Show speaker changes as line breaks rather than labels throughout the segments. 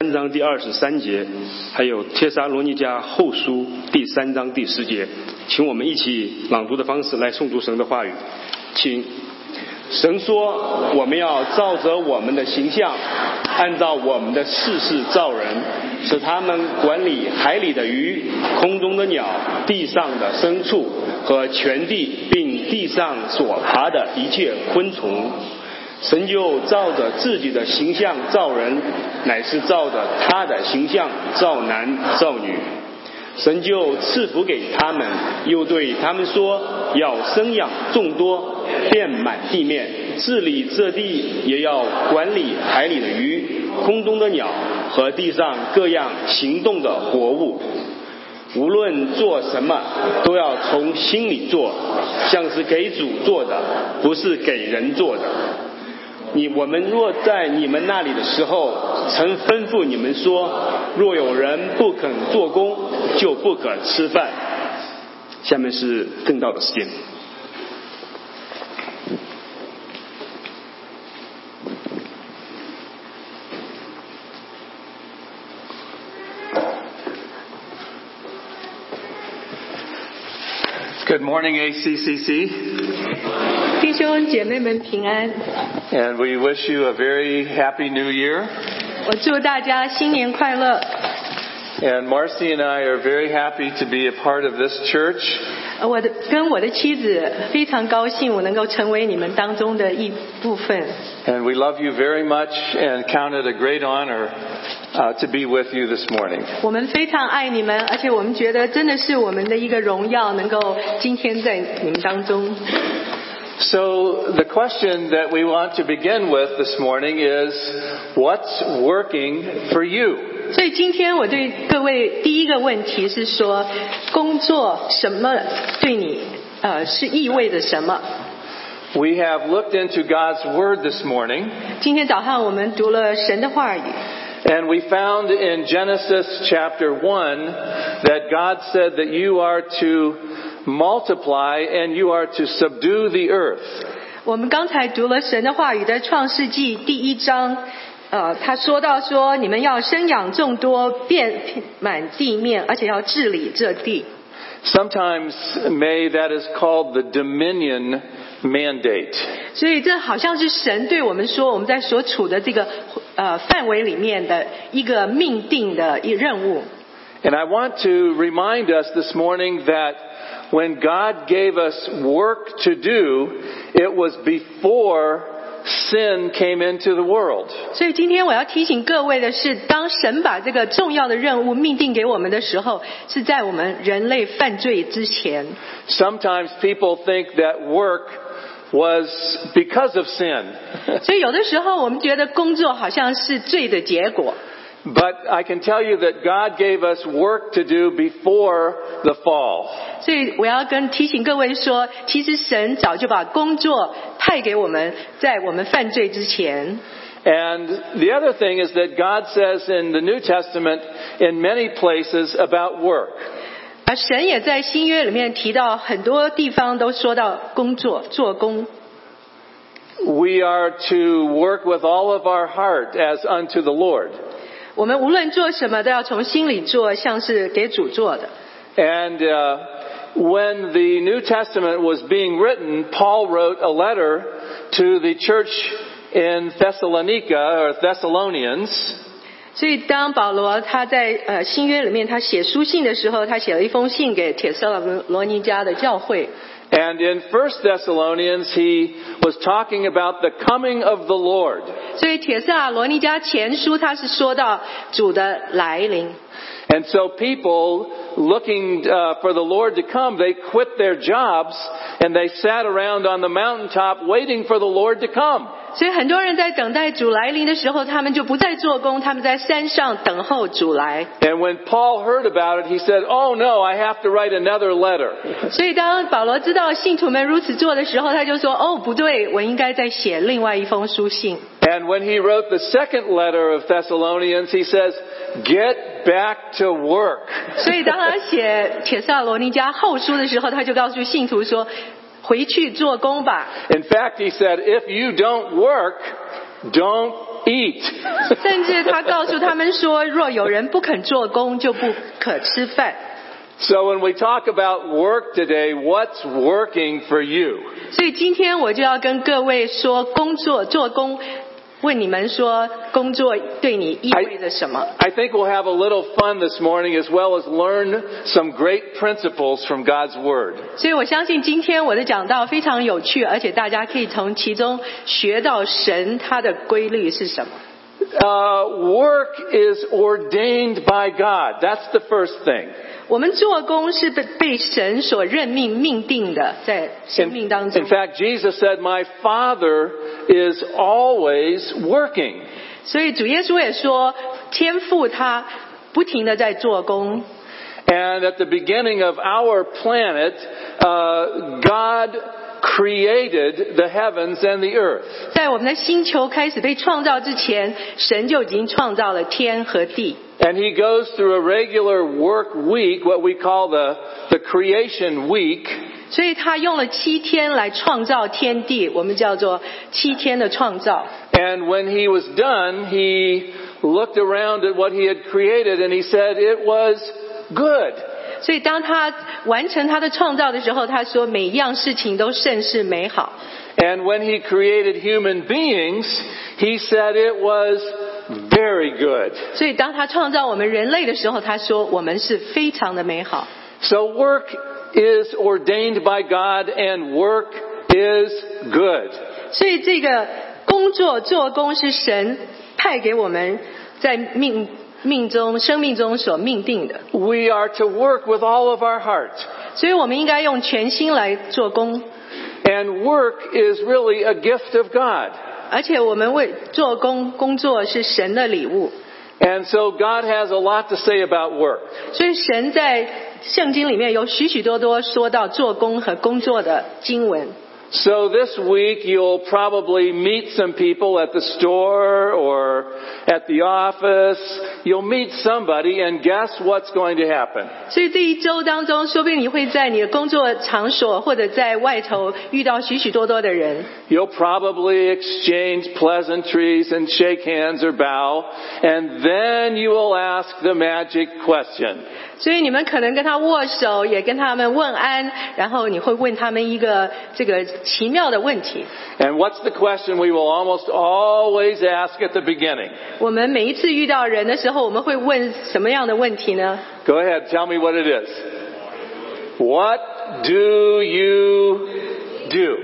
三章第二十三节，还有帖撒罗尼迦后书第三章第十节，请我们一起朗读的方式来诵读神的话语，请。
神说：“我们要照着我们的形象，按照我们的世事造人，使他们管理海里的鱼、空中的鸟、地上的牲畜和全地，并地上所爬的一切昆虫。”神就照着自己的形象造人，乃是照着他的形象造男造女。神就赐福给他们，又对他们说：要生养众多，遍满地面，治理这地，也要管理海里的鱼、空中的鸟和地上各样行动的活物。无论做什么，都要从心里做，像是给主做的，不是给人做的。你我们若在你们那里的时候，曾吩咐你们说：若有人不肯做工，就不可吃饭。
下面是正道的时间。
Good morning, ACCC.
弟兄姐妹们平安，
And we wish you a very happy new year.
我祝大家新年快乐。
And Marcy and I are very happy to be a part of this church.
呃我的跟我的妻子非常高兴，我能够成为你们当中的一部分。
And we love you very much and count it a great honor uh, to be with you this morning.
我们非常爱你们，而且我们觉得真的是我们的一个荣耀，能够今天在你们当中。
So, the question that we want to begin with this morning is what's working for you?
所以今天我对各位第一个问题是说，工作什么对你呃是意味着什么？
We have looked into God's Word this morning,
今天早上我们读了神的话语。
and we found in Genesis chapter 1 that God said that you are to multiply and you are to subdue the earth.
我们刚才读了神的话语，在创世纪第一章，呃，他说到说你们要生养众多，遍满地面，而且要治理这地。
Sometimes, May, that is called the dominion mandate.
所以这好像是神对我们说，我们在所处的这个呃范围里面的一个命定的一任务。
And I want to remind us this morning that when God gave us work to do, it was before sin came into the world.
所以今天我要提醒各位的是，当神把这个重要的任务命定给我们的时候，是在我们人类犯罪之前。
Sometimes people think that work was because of sin.
所以有的时候我们觉得工作好像是罪的结果。
But I can tell you that God gave us work to do before the fall.
所以我要跟提醒各位说，其实神早就把工作派给我们，在我们犯罪之前。
And the other thing is that God says in the New Testament in many places about work.
而神也在新约里面提到很多地方都说到工作做工，
We are to work with all of our heart as unto the Lord.
我们无论做什么都要从心里做，像是给主做的。
And uh, when the New Testament was being written, Paul wrote a letter to the church in Thessalonica or Thessalonians.
所以，当保罗他在呃新约里面他写书信的时候，他写了一封信给铁色罗尼迦的教会。
And in First Thessalonians, he was talking about the coming of the Lord.
所以，铁萨罗尼迦前书他是说到主的来临，
And so people looking uh, for the Lord to come, they quit their jobs and they sat around on the mountaintop waiting for the Lord to come.
所以很多人在等待主来临的时候，他们就不再做工，他们在山上等候主来。
And when Paul heard about it, he said, Oh no, I have to write another letter.
所以，当保罗知道信徒们如此做的时候，他就说：“哦，不对，我应该再写另外一封书信。
And when he wrote the second letter of Thessalonians, he says, Get back to work. ”
所以，当他写铁萨罗尼迦后书的时候，他就告诉信徒说：“回去做工吧。”
In fact, he said, If you don't work, don't eat.
甚至他告诉他们说，若有人不肯做工，就不可吃饭。
So when we talk about work today, what's working for you?
所以今天我就要跟各位说，工作做工，问你们说，工作对你意味着什么？
I think we'll have a little fun this morning as well as learn some great principles from God's Word.
所以我相信今天我的讲道非常有趣，而且大家可以从其中学到神他的规律是什么。
Uh, work is ordained by God. That's the first thing.
我们做工是被被神所任命命定的，在生
In,
命当中
in。fact, Jesus said, My Father is always working.
所以主耶稣也说，天父他不停的在做工。
And at the beginning of our planet, uh, God created the heavens and the earth.
在我们的星球开始被创造之前，神就已经创造了天和地。
And He goes through a regular work week, what we call the, the creation week.
所以他用了七天来创造天地，我们叫做七天的创造。
And when He was done, He looked around at what He had created and He said, It was good.
所以当他完成他的创造的时候，他说每一样事情都甚是美好。
And when He created human beings, He said, It was very good.
所以当他创造我们人类的时候，他说我们是非常的美好。
So work is ordained by God and work is good.
所以这个工作做工是神派给我们在命命中生命中所命定的，
We are to work with all of our heart.
所以我们应该用全心来做工。
And work is really a gift of God.
而且我们为做工工作是神的礼物，
And so God has a lot to say about work.
所以神在圣经里面有许许多多说到做工和工作的经文。
So this week you'll probably meet some people at the store or at the office. You'll meet somebody and guess what's going to happen?
所以这一周当中，说不定你会在你的工作场所或者在外头遇到许许多多的人，
You'll probably exchange pleasantries and shake hands or bow, and then you will ask the magic question.
所以你们可能跟他握手，也跟他们问安，然后你会问他们一个这个奇妙的问题。
And what's the question we will almost always ask at the beginning?
我们每一次遇到人的时候，我们会问什么样的问题呢？
Go ahead, tell me what it is. What do you do?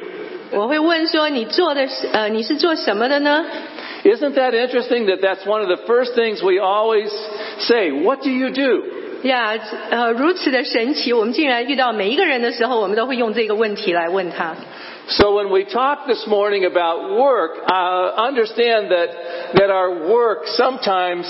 我会问说你做的是呃你是做什么的呢？
Isn't that interesting that that's one of the first things we always say? What do you do?
呀，呃，如此的神奇，我们竟然遇到每一个人的时候，我们都会用这个问题来问他。
So when we talk this morning about work, uh, understand that that our work sometimes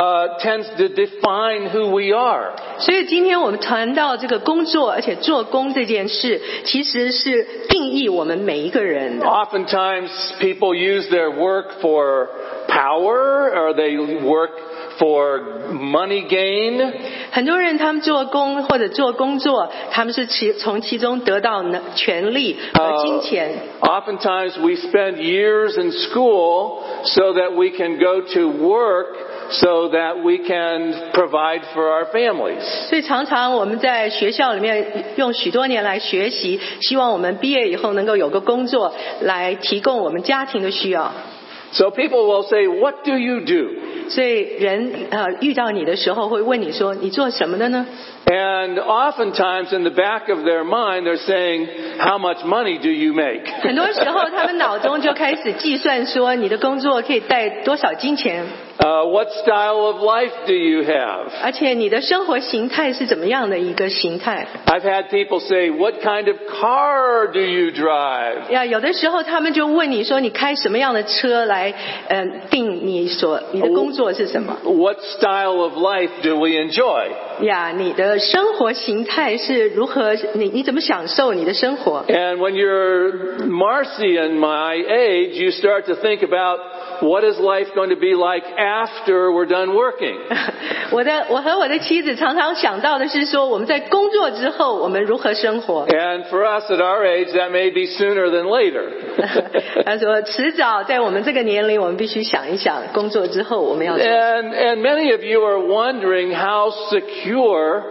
uh, tends to define who we are.
所以今天我们谈到这个工作，而且做工这件事，其实是定义我们每一个人的。
Oftentimes, people use their work for power, or they work for money gain.
很多人他们做工或者做工作，他们是其从其中得到呢权利和金钱。
Oftentimes, we spend years in school so that we can go to work. So that we can provide for our families.
所以常常我们在学校里面用许多年来学习，希望我们毕业以后能够有个工作来提供我们家庭的需要。
So people will say, what do you do?
所以人呃遇到你的时候会问你说你做什么的呢？
And oftentimes in the back of their mind, they're saying, how much money do you make?
很多时候他们脑中就开始计算说你的工作可以带多少金钱，
Uh, what style of life do you have?
而且你的生活形态是怎么样的一个形态？
I've had people say, what kind of car do you drive?
呀，有的时候他们就问你说你开什么样的车来，嗯、定你所你的工作是什么？
What style of life do we enjoy?
呀，你的生活形态是如何？你你怎么享受你的生活？
And when you're Marcy and my age, you start to think about what is life going to be like after we're done working.
我的我和我的妻子常常想到的是说，我们在工作之后我们如何生活。
And for us at our age, that may be sooner than later.
他说，迟早在我们这个年龄，我们必须想一想，工作之后我们要做。
And, and many of you are wondering how secure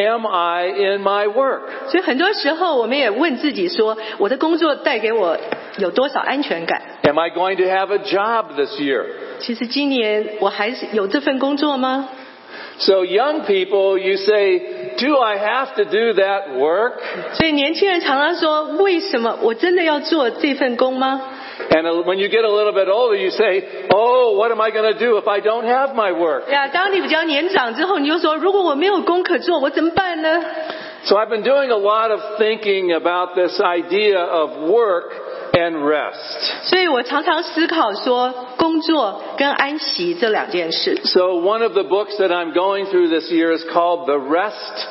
am I in my work?
所以很多时候，我们也问自己说，我的工作带给我有多少安全感？
Am I going to have a job this year?
其实今年我还是有这份工作吗？
So young people, you say, do I have to do that work?
所以年轻人常常说，为什么我真的要做这份工吗？
And uh, when you get a little bit older, you say, oh, what am I going to do if I don't have my work?
呀，当你比较年长之后，你就说，如果我没有功可做，我怎么办呢？
So I've been doing a lot of thinking about this idea of work and rest.
所以我常常思考说，工作跟安息这两件事。
So one of the books that I'm going through this year is called The Rest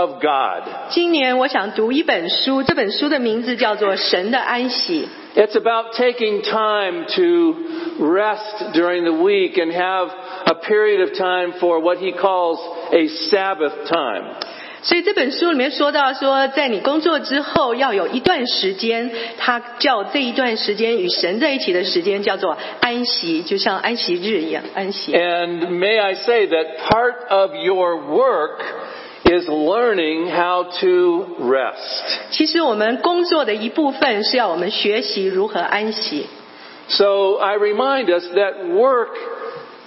of God.
今年我想读一本书，这本书的名字叫做《神的安息》。
It's about taking time to rest during the week and have a period of time for what he calls a Sabbath time.
所以这本书里面说到说，在你工作之后要有一段时间，他叫这一段时间与神在一起的时间叫做安息，就像安息日一样安息。
哎 And may I say that part of your work is learning how to rest.
其实我们工作的一部分是要我们学习如何安息。
So I remind us that work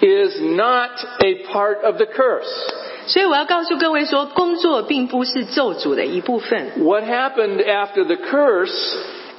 is not a part of the curse.
所以我要告诉各位说，工作并不是咒诅的一部分。
What happened after the curse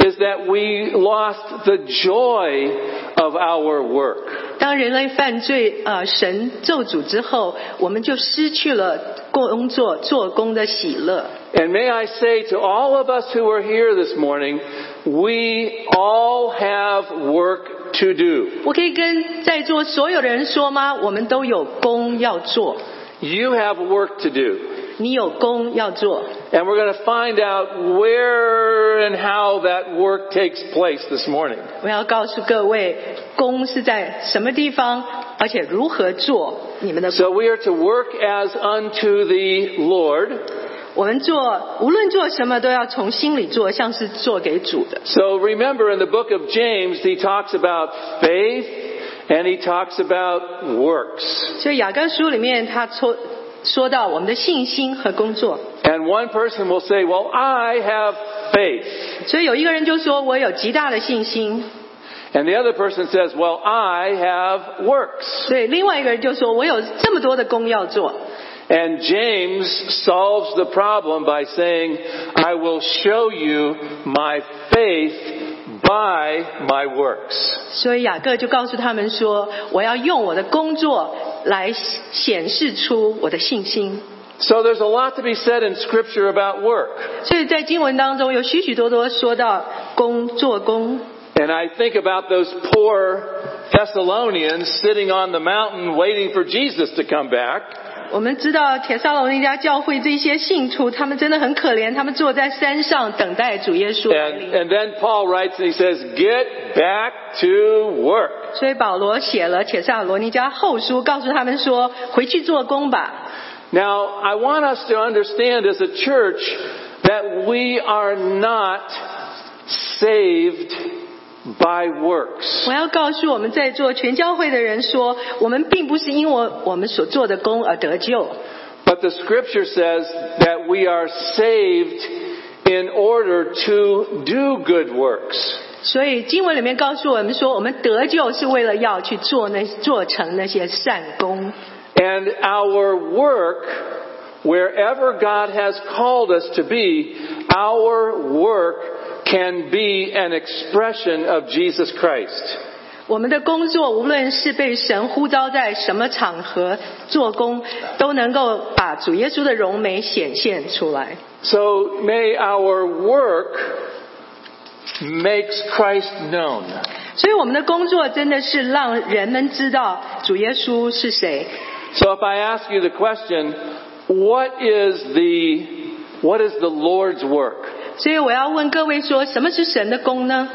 is that we lost the joy of our work.
当人类犯罪，呃，神咒诅之后，我们就失去了工作做工的喜乐。
And may I say to all of us who are here this morning, we all have work to do.
我可以跟在座所有的人说吗？我们都有工要做，
You have work to do.
你有工要做，
And we're going to find out where and how that work takes place this morning.
我要告诉各位，工是在什么地方，而且如何做你们的工。
So we are to work as unto the Lord.
我们做，无论做什么，都要从心里做，像是做给主的。
So remember in the book of James, he talks about faith and he talks about works.
所以雅各书里面他说说到我们的信心和工作，
And one person will say, well, I have faith.
所以有一个人就说我有极大的信心，
And the other person says, well, I have works.
所以另外一个人就说我有这么多的工要做。
And James solves the problem by saying, I will show you my faith by my works.
所以雅各就告诉他们说，我要用我的工作来显示出我的信心。
So there's a lot to be said in scripture about work.
所以在经文当中有许许多多说到工做工，
And I think about those poor Thessalonians sitting on the mountain waiting for Jesus to come back.
我们知道铁沙罗尼迦教会这些信徒，他们真的很可怜，他们坐在山上等待主耶稣
And,
来临。
and then Paul writes and he says, get back to work.
所以保罗写了《铁萨罗尼迦后书》，告诉他们说：“回去做工吧。
Now, I want us to understand as a church that we are not saved by ” works.
我要告诉我们在座全教会的人说，我们并不是因为我们所做的工而得救，
But the scripture says that we are saved in order to do good works.
所以经文里面告诉我们说，我们得救是为了要去做那做成那些善功。
And our work, wherever God has called us to be, our work can be an expression of Jesus Christ.
我们的工作，无论是被神呼召在什么场合做工，都能够把主耶稣的荣美显现出来。
So may our work makes Christ known.
所以我们的工作真的是让人们知道主耶稣是谁。
So if I ask you the question, what is the what is the Lord's work?
所以我要问各位说，什么是神的功呢？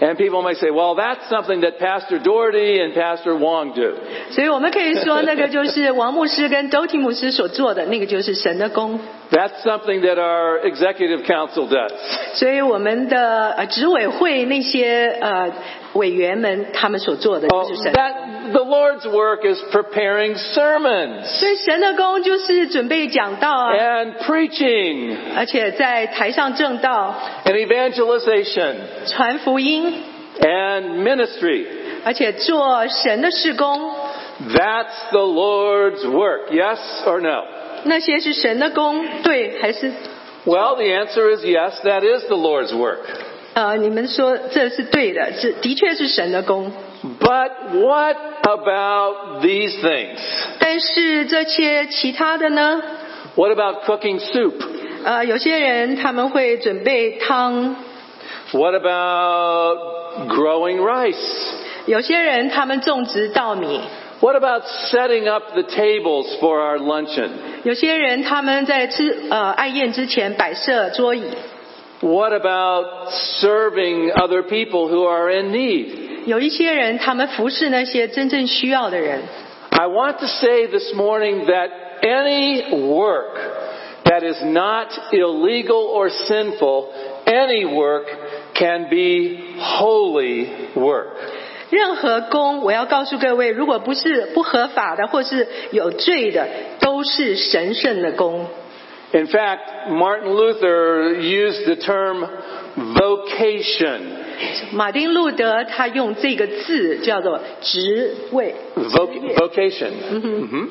And people may say, well, that's something that Pastor Doherty and Pastor Wong do.
所以我们可以说，那个就是王牧师跟周提牧师所做的，那个就是神的功。
That's something that our executive council does.
所以我们的呃执委会那些呃委员们，他们所做的就
Oh,
是神的功。
that the Lord's work is preparing sermons
所以神的功就是准备讲道啊，
and preaching
而且在台上正道、
and evangelization
传福音，
and ministry.
而且做神的事工，
That's the Lord's work. Yes or no?
那些是神的功，对还是
Well, the answer is yes, that is the Lord's work.
呃？你们说这是对的，这的确是神的功。
But what about these things?
但是这些其他的呢？
What about cooking soup?
呃，有些人他们会准备汤，
What about growing rice?
有些人他们种植稻米，
What about setting up the tables for our luncheon?
有些人他们在吃呃爱宴之前摆设桌椅，
What about serving other people who are in need?
有一些人他们服侍那些真正需要的人。
I want to say this morning that any work that is not illegal or sinful, any work can be holy work.
任何工，我要告诉各位，如果不是不合法的或是有罪的，都是神圣的工。
In fact, Martin Luther used the term vocation.
马丁路德他用这个字叫做职位，
Voc- vocation. Mhm.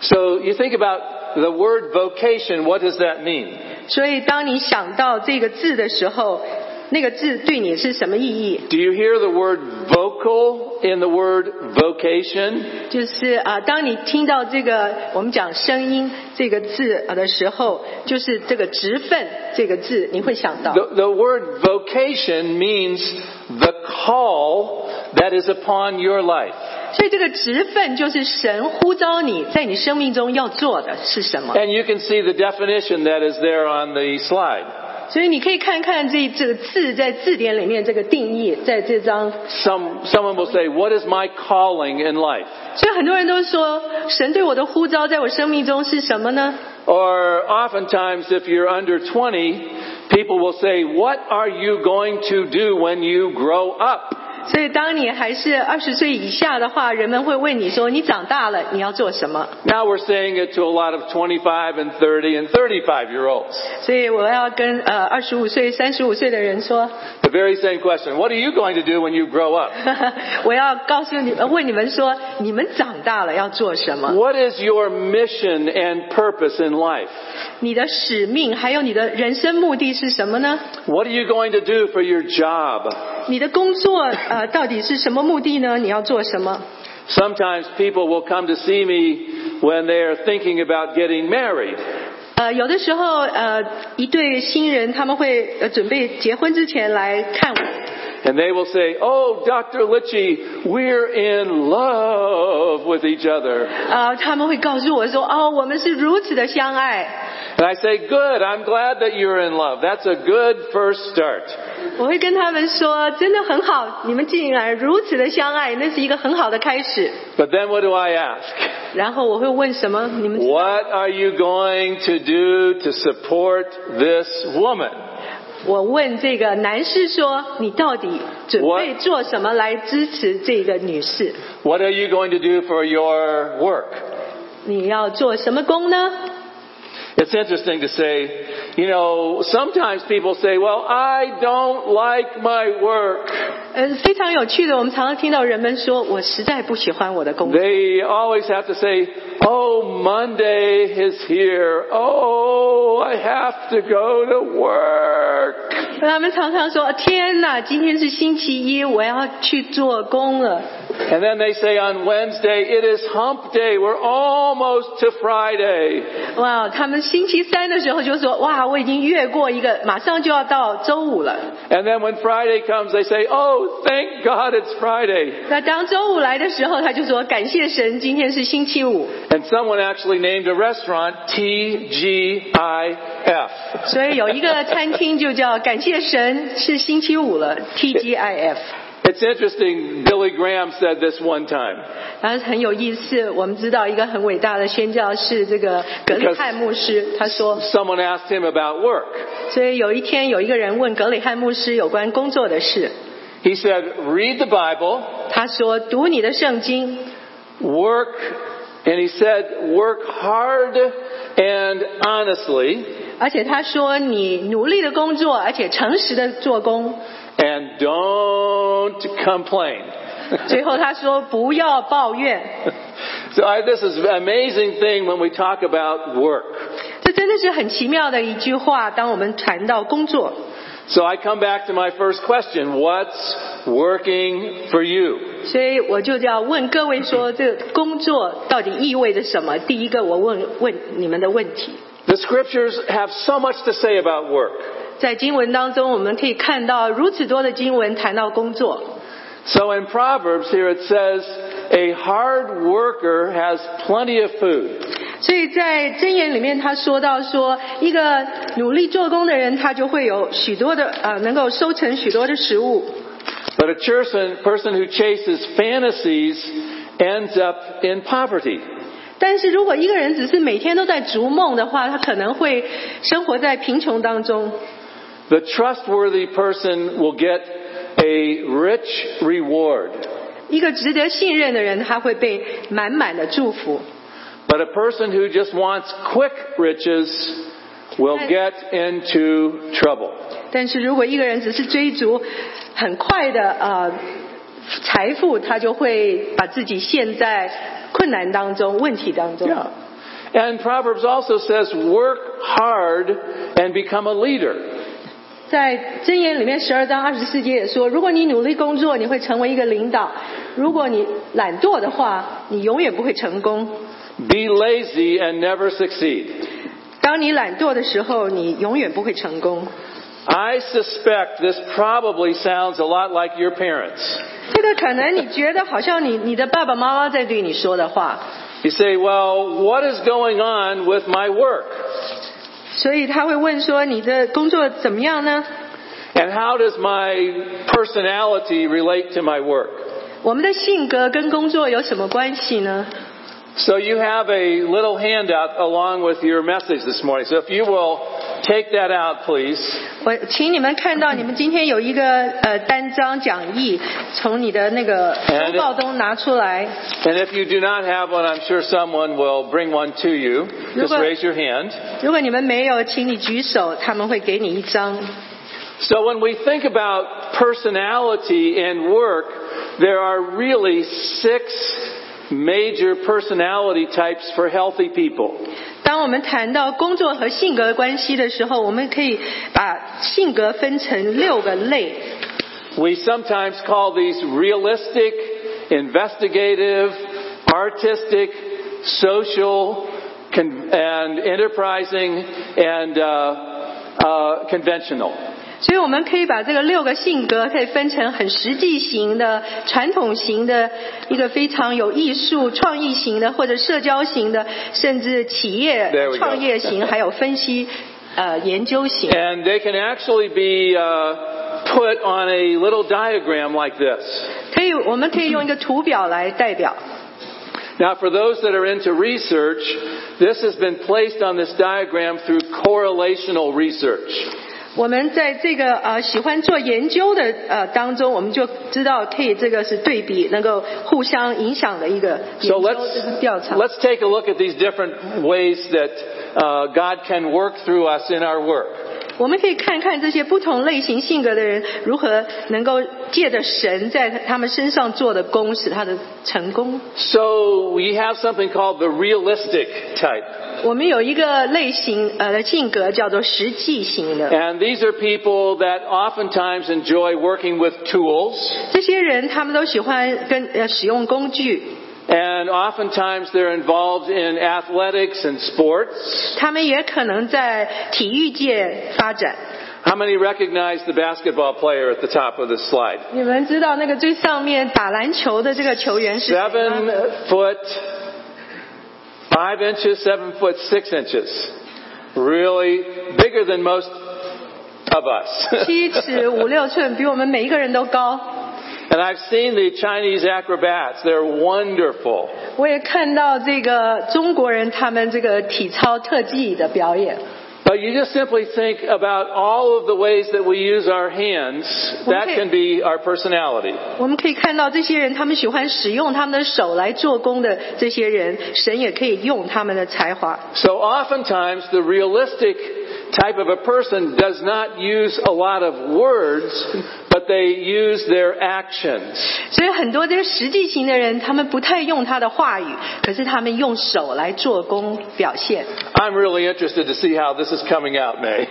So you think about the word vocation, what does that mean?
所以当你想到这个字的时候，那个字对你是什么意义？
Do you hear the word vocal in the word vocation?
就是啊，当你听到这个我们讲声音这个字啊的时候，就是这个职分这个字，你会想到。
The, the word vocation means the call that is upon your life.
所以这个职分就是神呼召你在你生命中要做的是什么。
And you can see the definition that is there on the slide.
所以你可以看看这这个字在字典里面这个定义，在这张。
Some, someone will say, what is my calling in life?
所以很多人都说，神对我的呼召在我生命中是什么呢？
Or oftentimes, if you're under 20, people will say, What are you going to do when you grow up?
所以当你还是二十岁以下的话，人们会问你说，你长大了你要做什么？
Now we're saying it to a lot of 25 and 30 and 35 year olds.
所以我要跟呃二十五岁、三十五岁的人说，
The very same question. What are you going to do when you grow up?
我要告诉你们，问你们说，你们长大了要做什么？
What is your mission and purpose in life?
你的使命还有你的人生目的是什么呢？
What are you going to do for your job?
你的工作呃到底是什么目的呢？你要做什么？
Sometimes people will come to see me when they are thinking about getting married.
呃，有的时候呃，一对新人他们会呃准备结婚之前来看我，
And they will say, Oh, Dr. Litchie, we're in love with each other.
呃，他们会告诉我说，哦，我们是如此的相爱。
And I say, Good, I'm glad that you're in love. That's a good first start.
我会跟他们说，真的很好，你们竟然如此的相爱，那是一个很好的开始。
But then what do I ask?
然后我会问什么？你们
What are you going to do to support this woman?
我问这个男士说，你到底准备
What？
做什么来支持这个女士？
What are you going to do for your work?
你要做什么工呢？
It's interesting to say, you know, sometimes people say, Well, I don't like my work.
嗯，非常有趣的，我们常常听到人们说，我实在不喜欢我的工作。
They always have to say, Oh, Monday is here. Oh, I have to go to work.
他们常常说：“天哪，今天是星期一，我要去做工了。
And then they say on Wednesday, it is hump day. We're almost to Friday. ”
哇，他们星期三的时候就说：“哇，我已经越过一个，马上就要到周五了。
And then when Friday comes, they say, Oh, thank God it's Friday. ”
那当周五来的时候，他就说：“感谢神，今天是星期五。
And someone actually named a restaurant TGIF.
所以有一个餐厅就叫‘感谢神是星期五了，TGIF。
It's interesting, Billy Graham said this one time.
然后很有意思，我们知道一个很伟大的宣教士，这个格里汉牧师，他说，
Someone asked him about work.
所以有一天有一个人问格里汉牧师有关工作的事，
He said, read the Bible,
他说读你的圣经，
work, and he said, work hard and honestly,
而且他说你努力的工作，而且诚实的做工。
and don't complain.
最后他说不要抱怨，
so I, this is an amazing thing when we talk about work.
这真的是很奇妙的一句话。当我们谈到工作，
So I come back to my first question. What's working for you?
所以我就要问各位说，这个工作到底意味着什么？第一个，我问问你们的问题，
The scriptures have so much to say about work.
在经文当中，我们可以看到如此多的经文谈到工作。
So in Proverbs here it says, a hard worker has plenty of food.
所以在箴言里面，他说到说，一个努力做工的人，他就会有许多的呃，能够收成许多的食物。
But a person, person who chases fantasies ends up in poverty.
但是如果一个人只是每天都在逐梦的话，他可能会生活在贫穷当中。
The trustworthy person will get a rich reward.
一个值得信任的人，他会被满满的祝福。
But a person who just wants quick riches will get into trouble.
但是如果一个人只是追逐很快的呃财富，他就会把自己陷在困难当中、问题当中。
And Proverbs also says, work hard and become a leader.
在箴言里面十二章二十四节也说，如果你努力工作，你会成为一个领导；如果你懒惰的话，你永远不会成功。
Be lazy and never succeed.
当你懒惰的时候，你永远不会成功。
I suspect this probably sounds a lot like your parents.
这个可能你觉得好像你你的爸爸妈妈在对你说的话，
You say, well, what is going on with my work?
所以他会问说你的工作怎么样呢？
And how does my personality relate to my work?
我们的性格跟工作有什么关系呢？
So you have a little handout along with your message this morning. So if you will take that out, please.
我请你们看到你们今天有一个呃单章讲义，从你的那个周报中拿出来。
And if you do not have one, I'm sure someone will bring one to you. Just
but-
raise your hand.
如果你们没有，请你举手，他们会给你一张。
So when we think about personality and work, there are really six major personality types for healthy people.
当我们谈到工作和性格关系的时候，我们可以把性格分成六个类。
We sometimes call these realistic, investigative, artistic, social, con- and enterprising, and uh, uh, conventional.
所以我们可以把这个六个性格可以分成很实际型的、传统型的、一个非常有艺术创意型的，或者社交型的，甚至企业
There we go.
创业型，还有分析呃研究型。
And they can actually be uh, put on a little diagram like this.
可以，我们可以用一个图表来代表。
Now, for those that are into research, this has been placed on this diagram through correlational research.
我们在这个呃喜欢做研究的呃当中，我们就知道可以这个是对比，能够互相影响的一个研
So
究
let's
这个调查。
let's take a look at these different ways that uh, God can work through us in our work.
我们可以看看这些不同类型性格的人如何能够借着神在他们身上做的功，使他的成功。
So we have something called the realistic type,
我们有一个类型呃的性格叫做实际型的，
and these are people that oftentimes enjoy working with tools,
这些人他们都喜欢跟呃使用工具，
and oftentimes they're involved in athletics and sports.
他们也可能在体育界发展。
How many recognize the basketball player at the top of the slide?
你们知道那个最上面打篮球的这个球员是谁吗
Seven foot five inches, seven foot six inches. Really bigger than most of us.
七尺五六寸，比我们每一个人都高。
and I've seen the Chinese acrobats. They're wonderful.
我也看到这个中国人他们这个体操特技的表演，
But you just simply think about all of the ways that we use our hands. That
Okay.
can be our personality.
我们可以看到这些人他们喜欢使用他们的手来做工的这些人，神也可以用他们的才华。
So oftentimes the realistic type of a person does not use a lot of words, but they use their actions.
所以很多这个实际型的人，他们不太用他的话语，可是他们用手来做工表现。
I'm really interested to see how this is coming out, May.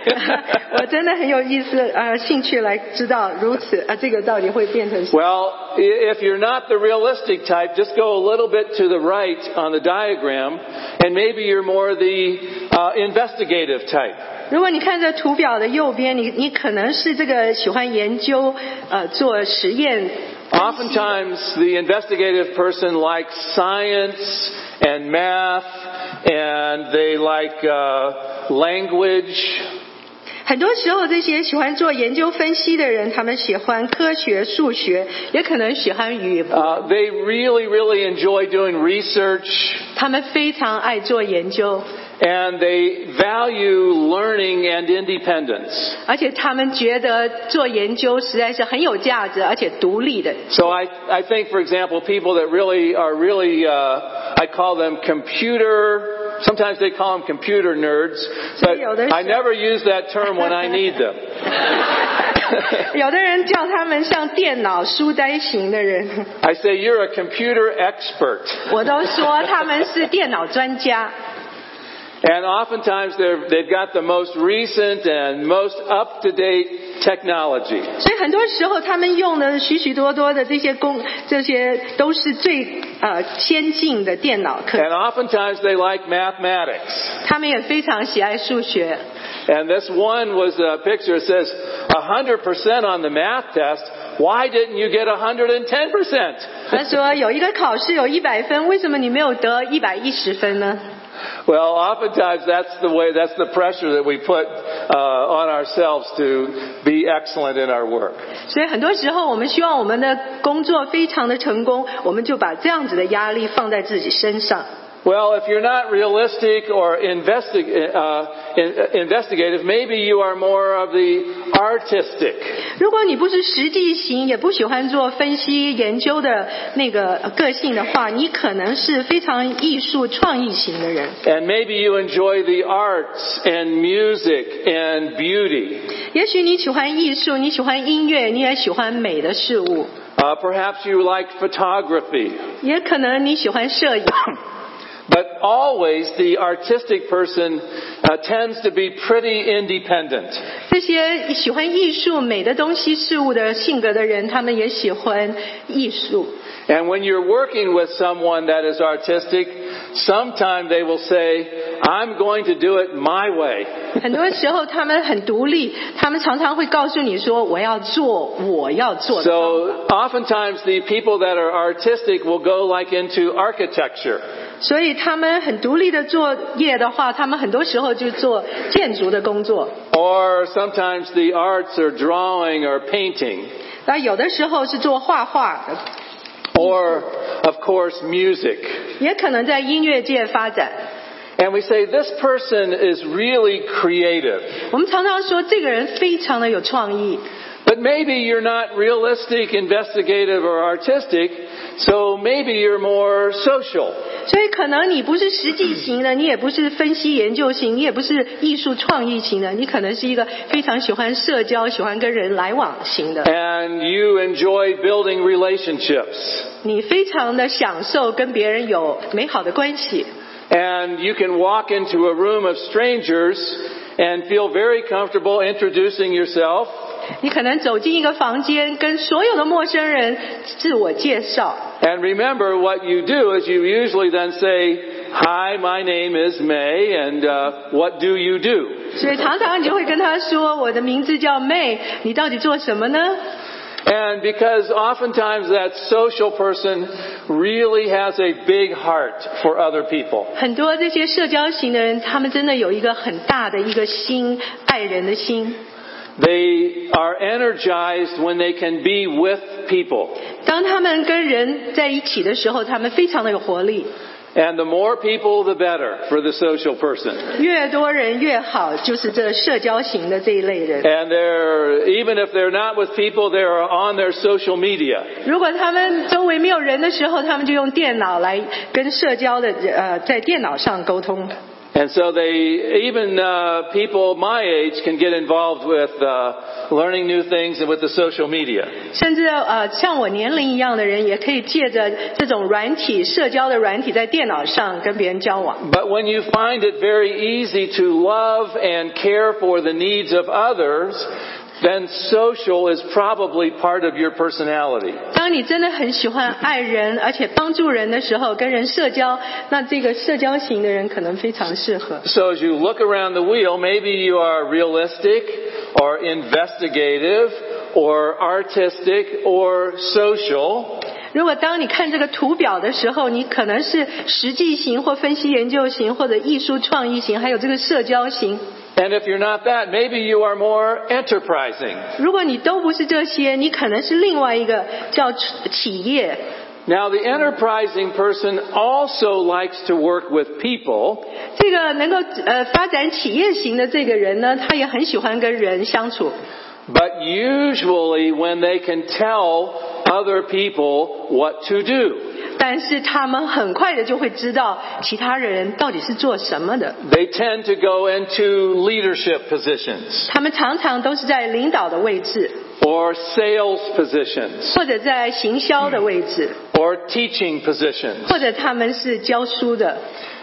我真的很有意思呃兴趣来知道如此啊、这个到底会变成什么？
well, i- if you're not the realistic type, just go a little bit to the right on the diagram, and maybe you're more the uh, investigative type.
如果你看这图表的右边，你你可能是这个喜欢研究呃做实验。
Oftentimes, the investigative person likes science and math, and they like uh, language.
很多时候，这些喜欢做研究分析的人，他们喜欢科学、数学，也可能喜欢语言，
Uh, they really, really enjoy doing research,
他们非常爱做研究，
and they value learning and independence.
而且他们觉得做研究实在是很有价值，而且独立的。
So I, I think, for example, people that really are really, uh, I call them computer. Sometimes they call them computer nerds,
Yeah,
but
there's-
I never use that term when I need them.
有的人叫他们像电脑书呆型的人，
I say you're a computer expert.
我都说他们是电脑专家。
And oftentimes they're, they've got the most recent and most up-to-date technology.
所以很多时候他们用的许许多多的这些工，这些都是最呃先进的电脑课。
And oftentimes they like mathematics.
他们也非常喜爱数学。
And this one was a picture that says 100% on the math test. Why didn't you get 110%?
他说有一个考试有一百分，为什么你没有得一百一十分呢？
Well, oftentimes that's the way, that's the pressure that we put uh, on ourselves to be excellent in our work.
所以很多时候我们希望我们的工作非常的成功，我们就把这样子的压力放在自己身上。
Well, if you're not realistic or investi- uh, in- investigative, maybe you are more of the artistic.
如果你不是实际型，也不喜欢做分析研究的那个呃个性的话，你可能是非常艺术创意型的人。
And maybe you enjoy the arts and music and beauty.
也许你喜欢艺术，你喜欢音乐，你也喜欢美的事物，
Uh, perhaps you like photography.
也可能你喜欢摄影。
But always the artistic person uh, tends to be pretty independent.
这些喜欢艺术、美的东西、事物的性格的人，他们也喜欢艺术。
And when you're working with someone that is artistic, sometime they will say, I'm going to do it my way.
很多时候，他们很独立，他们常常会告诉你说：“我要做我要做的。
So oftentimes the people that are artistic will go like into architecture. ”
所以，他们很独立的作业的话，他们很多时候就做建筑的工作。
Or sometimes the arts or drawing or painting.
那有的时候是做画画的，
Or, of course, music.
也可能在音乐界发展。
And we say this person is really creative.
我们常常说这个人非常的有创意，
But maybe you're not realistic, investigative, or artistic, so maybe you're more social.
所以可能你不是实际型的，你也不是分析研究型，你也不是艺术创意型的，你可能是一个非常喜欢社交、喜欢跟人来往型的。
And you enjoy building relationships.
你非常的享受跟别人有美好的关系，
And you can walk into a room of strangers and feel very comfortable introducing yourself.
你可能走进一个房间，跟所有的陌生人自我介绍。
And remember, what you do is you usually then say, Hi, my name is May, and uh, what do you do?
所以常常你就会跟他说：“我的名字叫 May，你到底做什么呢
And because oftentimes that social person really has a big heart for other？”people.
很多这些社交型的人，他们真的有一个很大的一个心，爱人的心。
They are energized when they can be with people.
当他们跟人在一起的时候，他们非常的有活力，
And the more people, the better for the social person.
越多人越好，就是这社交型的这一类人。
And they're, even if they're not with people, they're on their social media.
如果他们周围没有人的时候，他们就用电脑来跟社交的呃，在电脑上沟通。
And so they, even uh, people my age can get involved with uh, learning new things and with the social media.
甚至呃，像我年龄一样的人，也可以借着这种软体、社交的软体，在电脑上跟别人交往。
But when you find it very easy to love and care for the needs of others, then social is probably part of your personality.
当你真的很喜欢爱人，而且帮助人的时候，跟人社交，那这个社交型的人可能非常适合。
So as you look around the wheel, maybe you are realistic or investigative or artistic or social.
如果当你看这个图表的时候，你可能是实际型或分析研究型，或者艺术创意型，还有这个社交型。
And if you're not that, maybe you are more enterprising.
如果你都不是这些，你可能是另外一个叫企业。
Now the enterprising person also likes to work with people,
这个能够呃发展企业型的这个人呢，他也很喜欢跟人相处。
but usually when they can tell other people what to do,
但是他们很快的就会知道其他人到底是做什么的。
they tend to go into leadership positions
他们常常都是在领导的位置，
or sales positions.
或者在行销的位置，
or teaching positions
或者他们是教书的。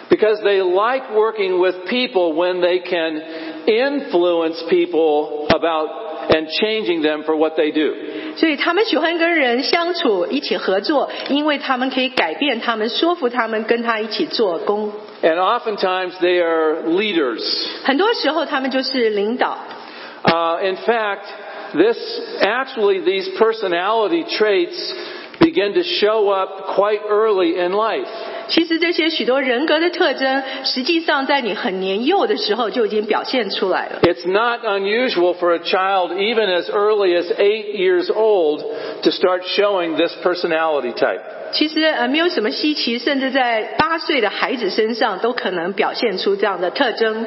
because they like working with people when they can influence people about and changing them for what they do.
所以他们喜欢跟人相处，一起合作，因为他们可以改变他们，说服他们跟他一起做工。
And oftentimes they are leaders.
很多时候他们就是领导。
Uh, in fact, this actually these personality traits begin to show up quite early in life.
其实这些许多人格的特征，实际上在你很年幼的时候就已经表现出来了。
It's not unusual for a child, even as early as eight years old, to start showing this personality type.
其实呃没有什么稀奇，甚至在八岁的孩子身上都可能表现出这样的特征。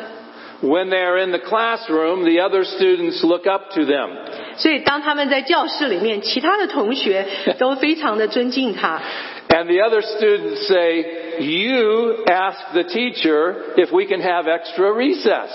When they're in the classroom, the other students look up to them.
所以当他们在教室里面，其他的同学都非常的尊敬他。
And the other students say, you ask the teacher if we can have extra recess.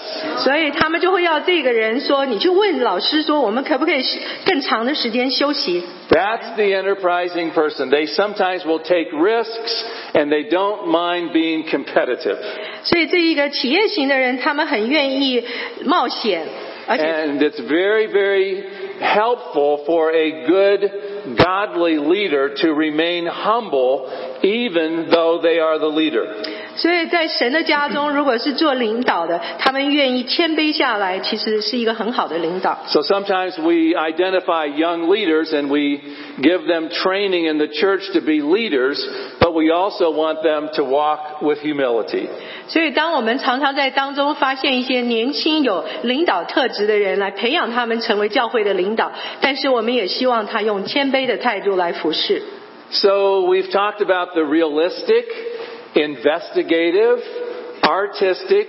所以他们就会要这个人说：“你去问老师说，我们可不可以更长的时间休息
That's the enterprising person. They sometimes will take risks and they don't mind being competitive.？”
所以这一个企业型的人，他们很愿意冒险，而且
And it's very, very helpful for a good, godly leader to remain humble even though they are the leader.
所以在神的家中，如果是做领导的，他们愿意谦卑下来，其实是一个很好的领导。
So sometimes we identify young leaders and we give them training in the church to be leaders, but we also want them to walk with humility.
所以，当我们常常在当中发现一些年轻有领导特质的人，来培养他们成为教会的领导，但是我们也希望他用谦卑的态度来服侍。
So we've talked about the realistic, investigative, artistic,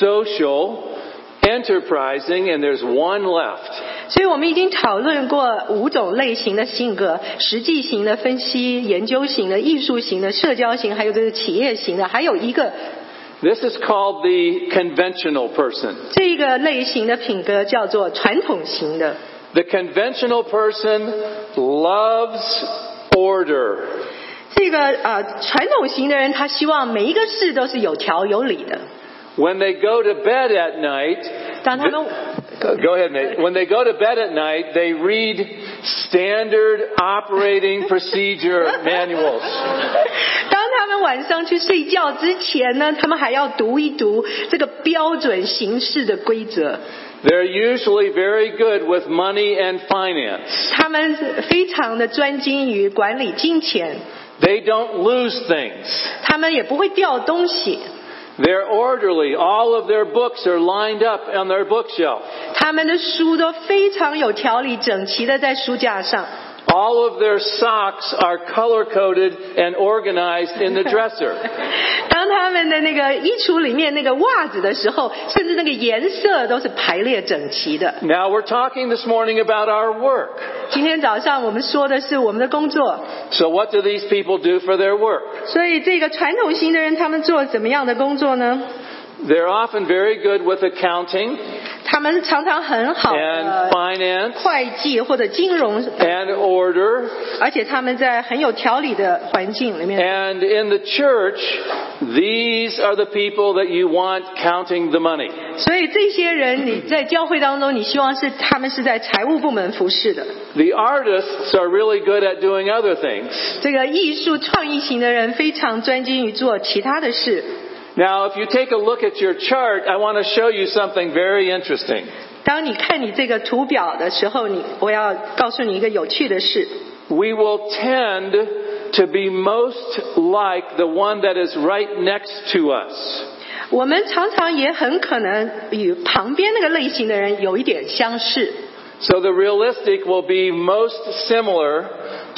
social, enterprising, and there's one left.
所以我们已经讨论过五种类型的性格：实际型的、分析研究型的、艺术型的、社交型，还有这个企业型的，还有一个
This is called the conventional person.
这个类型的品格叫做传统型的。
The conventional person loves order.
这个呃，传统型的人，他希望每一个事都是有条有理的。
When they go to bed at night,
当他们
go ahead, Nate. When they go to bed at night, they read standard operating procedure manuals.
当他们晚上去睡觉之前呢，他们还要读一读这个标准形式的规则。
They're usually very good with money and finance.
他们非常的专精于管理金钱，
They don't lose things.
他们也不会掉东西。
They're orderly. All of their books are lined up on their bookshelf.
他们的书都非常有条理、整齐的在书架上，
All of their socks are color coded and organized in the dresser.
当他们的那个衣橱里面那个袜子的时候，甚至那个颜色都是排列整齐的。
Now we're talking this morning about our work.
今天早上我们说的是我们的工作，
So what do these people do for their work?
所以这个传统型的人他们做怎么样的工作呢？
They're often very good with accounting
他们常常很好
and
的
finance
会计或者金融，
and order.
而且他们在很有条理的环境里面。
And in the church, these are the people that you want counting the money.
所以这些人你在教会当中，你希望是他们是在财务部门服侍的。
The artists are really good at doing other things.
这个艺术创意型的人非常专精于做其他的事。
Now, if you take a look at your chart, I want to show you something very interesting.
当你看你这个图表的时候，你我要告诉你一个有趣的事。
We will tend to be most like the one that is right next to us.
我们常常也很可能与旁边那个类型的人有一点相似，
So the realistic will be most similar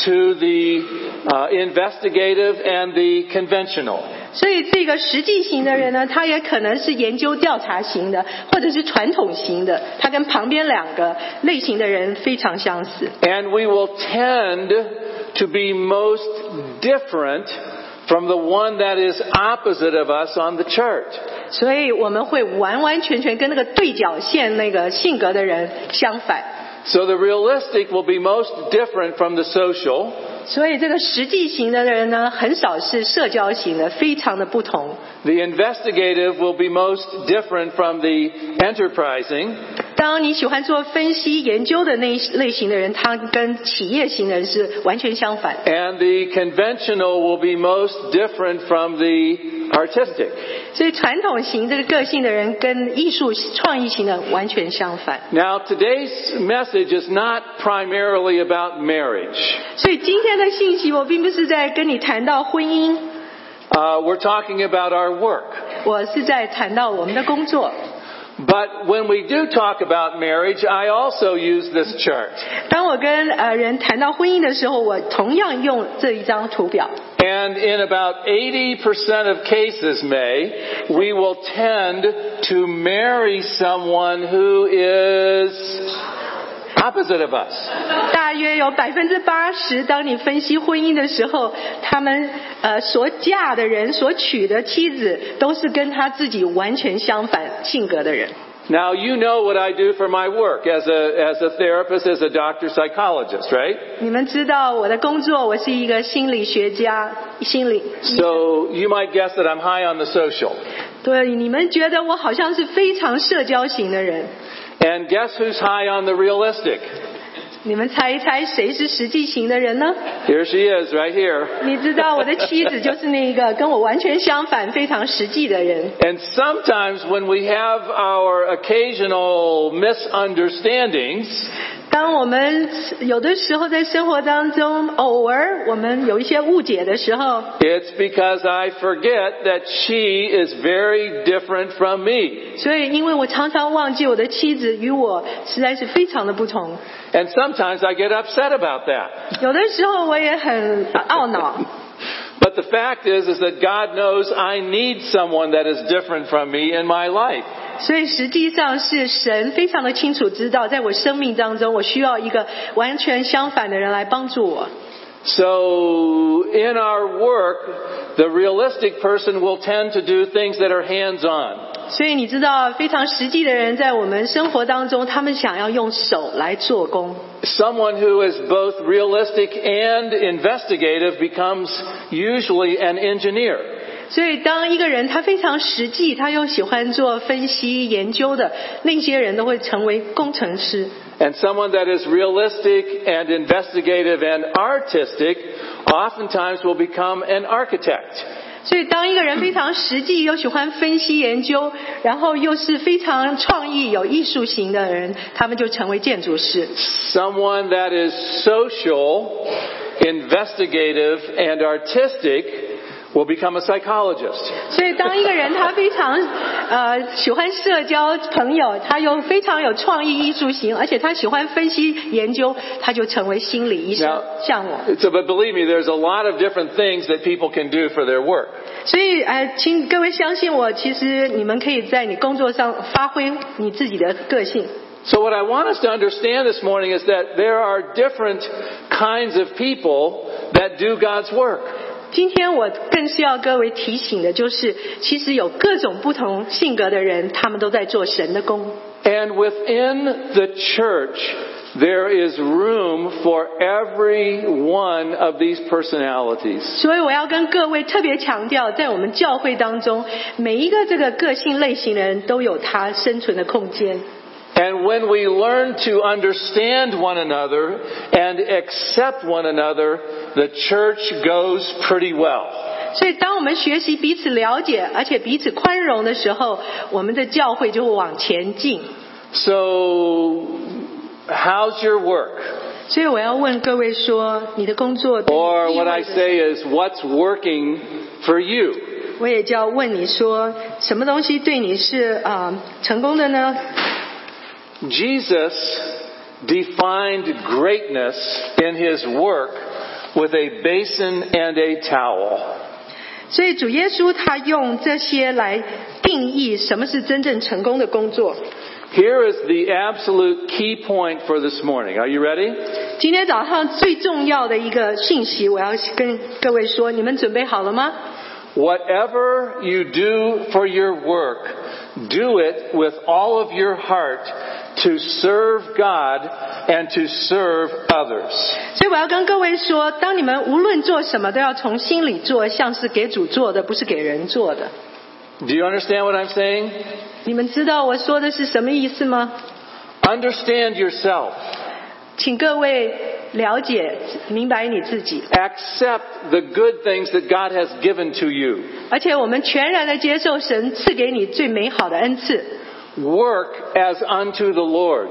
to the uh, investigative and the conventional.
所以这个实际型的人呢，他也可能是研究调查型的，或者是传统型的，他跟旁边两个类型的人非常相似。
And we will tend to be most different from the one that is opposite of us on the chart.
所以我们会完完全全跟那个对角线那个性格的人相反。
So the realistic will be most different from the social.
所以这个实际型的人呢，很少是社交型的，非常的不同。
The investigative will be most different from the enterprising.
当你喜欢做分析研究的那一类型的人，他跟企业型人是完全相反。
And the conventional will be most different from the artistic.
所以传统型这个个性的人跟艺术创意型的完全相反。
Now, today's message is not primarily about marriage.
所以今天的信息，我并不是在跟你谈到婚姻，
Uh, we're talking about our work.
我是在谈到我们的工作。
But when we do talk about marriage, I also use this chart.
当我跟呃人谈到婚姻的时候，我同样用这一张图表。
And in about 80% of cases, May, we will tend to marry someone who is opposite of us.
大约有百分之八十，当你分析婚姻的时候，他们呃所嫁的人、所娶的妻子，都是跟他自己完全相反性格的人。
Now, you know what I do for my work as a, as a therapist, as a doctor psychologist, right?
你们知道我的工作，我是一个心理学家，心理
So you might guess that I'm high on the social.
对你们觉得我好像是非常社交型的人，
And guess who's high on the realistic?
你们猜一猜谁是实际型的人呢？
Here she is, right here.
你知道我的妻子就是那一个跟我完全相反、非常实际的人。
And sometimes when we have our occasional misunderstandings,
当我们有的时候在生活当中，偶尔我们有一些误解的时候，
it's because I forget that she is very different from me.
所以因为我常常忘记我的妻子与我实在是非常的不同，
And sometimes I get upset about that.
有的时候我也很懊恼。
But the fact is, is that God knows I need someone that is different from me in my life.
所以实际上是神非常的清楚知道，在我生命当中，我需要一个完全相反的人来帮助我。
So, in our work, the realistic person will tend to do things that are hands on.
所以你知道，非常实际的人在我们生活当中，他们想要用手来做工。
Someone who is both realistic and investigative becomes usually an engineer.
所以，当一个人他非常实际，他又喜欢做分析研究的，那些人都会成为工程师。
And someone that is realistic and investigative and artistic oftentimes will become an architect.
所以，当一个人非常实际，又喜欢分析研究，然后又是非常创意、有艺术型的人，他们就成为建筑师。
Someone that is social, investigative, and artistic will become a psychologist.
所以，当一个人他非常呃喜欢社交朋友，他又非常有创意、艺术型，而且他喜欢分析研究，他就成为心理医生
Now,，
像我。
so, but believe me, there's a lot of different things that people can do for their work.
所以，呃，请各位相信我，其实你们可以在你工作上发挥你自己的个性。
So what I want us to understand this morning is that there are different kinds of people that do God's work.
今天我更是要各位提醒的，就是其实有各种不同性格的人，他们都在做神的工。
And within the church, there is room for every one of these personalities.
所以我要跟各位特别强调，在我们教会当中，每一个这个个性类型的人都有他生存的空间。
And when we learn to understand one another and accept one another, the church goes pretty well.
所以，当我们学习彼此了解，而且彼此宽容的时候，我们的教会就会往前进。
So, how's your work?
所以，我要问各位说，你的工作对你
Or
意味
what
着
I say is, what's working for you?
我也就要问你说，什么东西对你是啊、呃成功的呢？
Jesus defined greatness in his work with a basin and a towel.
所以主耶稣他用这些来定义什么是真正成功的工作。
Here is the absolute key point for this morning. Are you ready?
今天早上最重要的一个信息，我要跟各位说，你们准备好了吗？
Whatever you do for your work, do it with all of your heart to serve God and to serve others.
所以我要跟各位说，当你们无论做什么，都要从心里做，像是给主做的，不是给人做的。
Do you understand what I'm saying?
你们知道我说的是什么意思吗？
Understand yourself.
请各位了解、明白你自己，
Accept the good things that God has given to you.
而且我们全然的接受神赐给你最美好的恩赐。
Work as unto the Lord.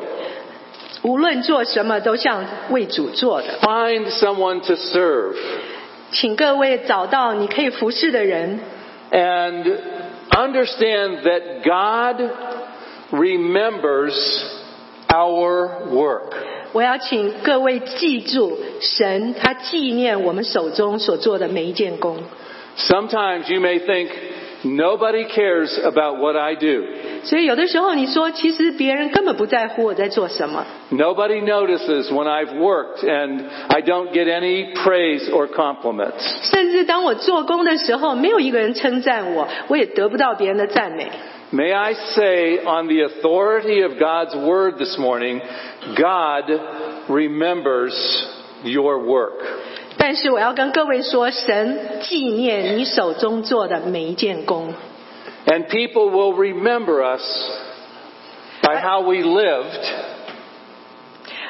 无论做什么，都像为主做的。
Find someone to serve
请各位找到你可以服侍的人，
and understand that God remembers our work.
我要请各位记住，神他纪念我们手中所做的每一件工。
Sometimes you may think nobody cares about what I do.
所以有的时候你说，其实别人根本不在乎我在做什么，
Nobody notices when I've worked and I don't get any praise or compliments.
甚至当我做工的时候，没有一个人称赞我，我也得不到别人的赞美。
May I say, on the authority of God's word this morning, God remembers your work.
但是我要跟各位说，神纪念你手中做的每一件工，
And people will remember us by how we lived,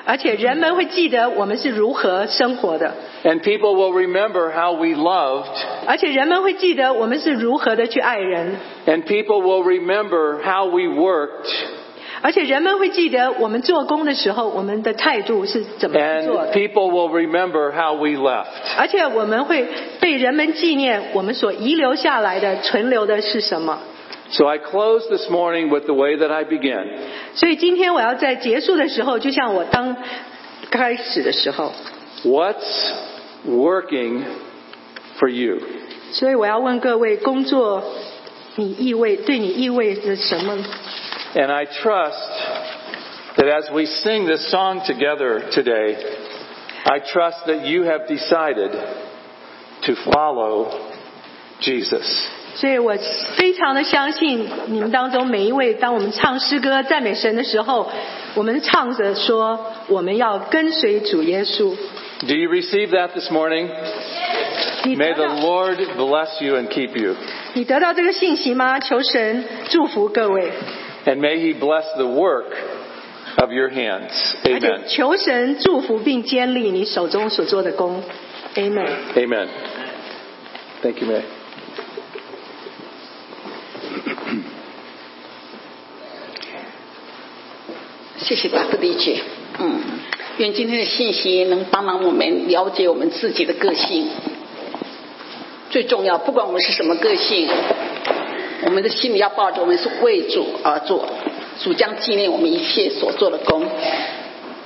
而且人们会记得我们是如何生活的，
and people will remember how we loved,
而且人们会记得我们是如何的去爱人，
and people will remember how we worked,
而且人们会记得我们做工的时候我们的态度是怎么去做
and
的，
people will remember how we left.
而且我们会被人们纪念我们所遗留下来的存留的是什么。
So I close this morning with the way that I began.
所以今天我要在结束的时候，就像我当开始的时候，
What's working for you?
所以我要问各位，工作你意味对你意味着什么？
And I trust that as we sing this song together today, I trust that you have decided to follow Jesus.
所以我非常的相信你们当中每一位，当我们唱诗歌赞美神的时候，我们唱着说我们要跟随主耶稣。
Do you receive that this morning?
你
May
得
the
到
Lord bless you and keep you.
你得到这个信息吗？求神祝福各位，
And may He bless the work of your hands.
而且
Amen.
求神祝福并坚立你手中所做的工。Amen。
Amen. Thank you, May.
Amen. 谢谢大哥理解，嗯，愿今天的信息能帮忙我们了解我们自己的个性。最重要。不管我们是什么个性，我们的心里要抱着我们是为主而做，主将纪念我们一切所做的功。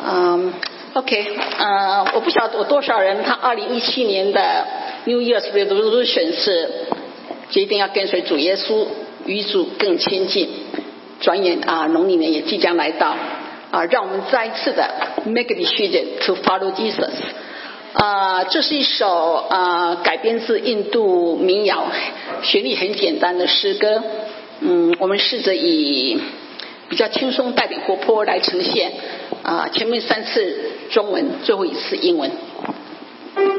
嗯，OK，呃，我不晓得有多少人他二零一七年的 New Year's Resolution 是决定要跟随主耶稣，与主更亲近。转眼啊，农历年也即将来到啊，让我们再一次的 make a decision to follow Jesus。啊，这是一首啊改编自印度民谣，旋律很简单的诗歌。嗯，我们试着以比较轻松、带点活泼来呈现。啊，前面三次中文，最后一次英文。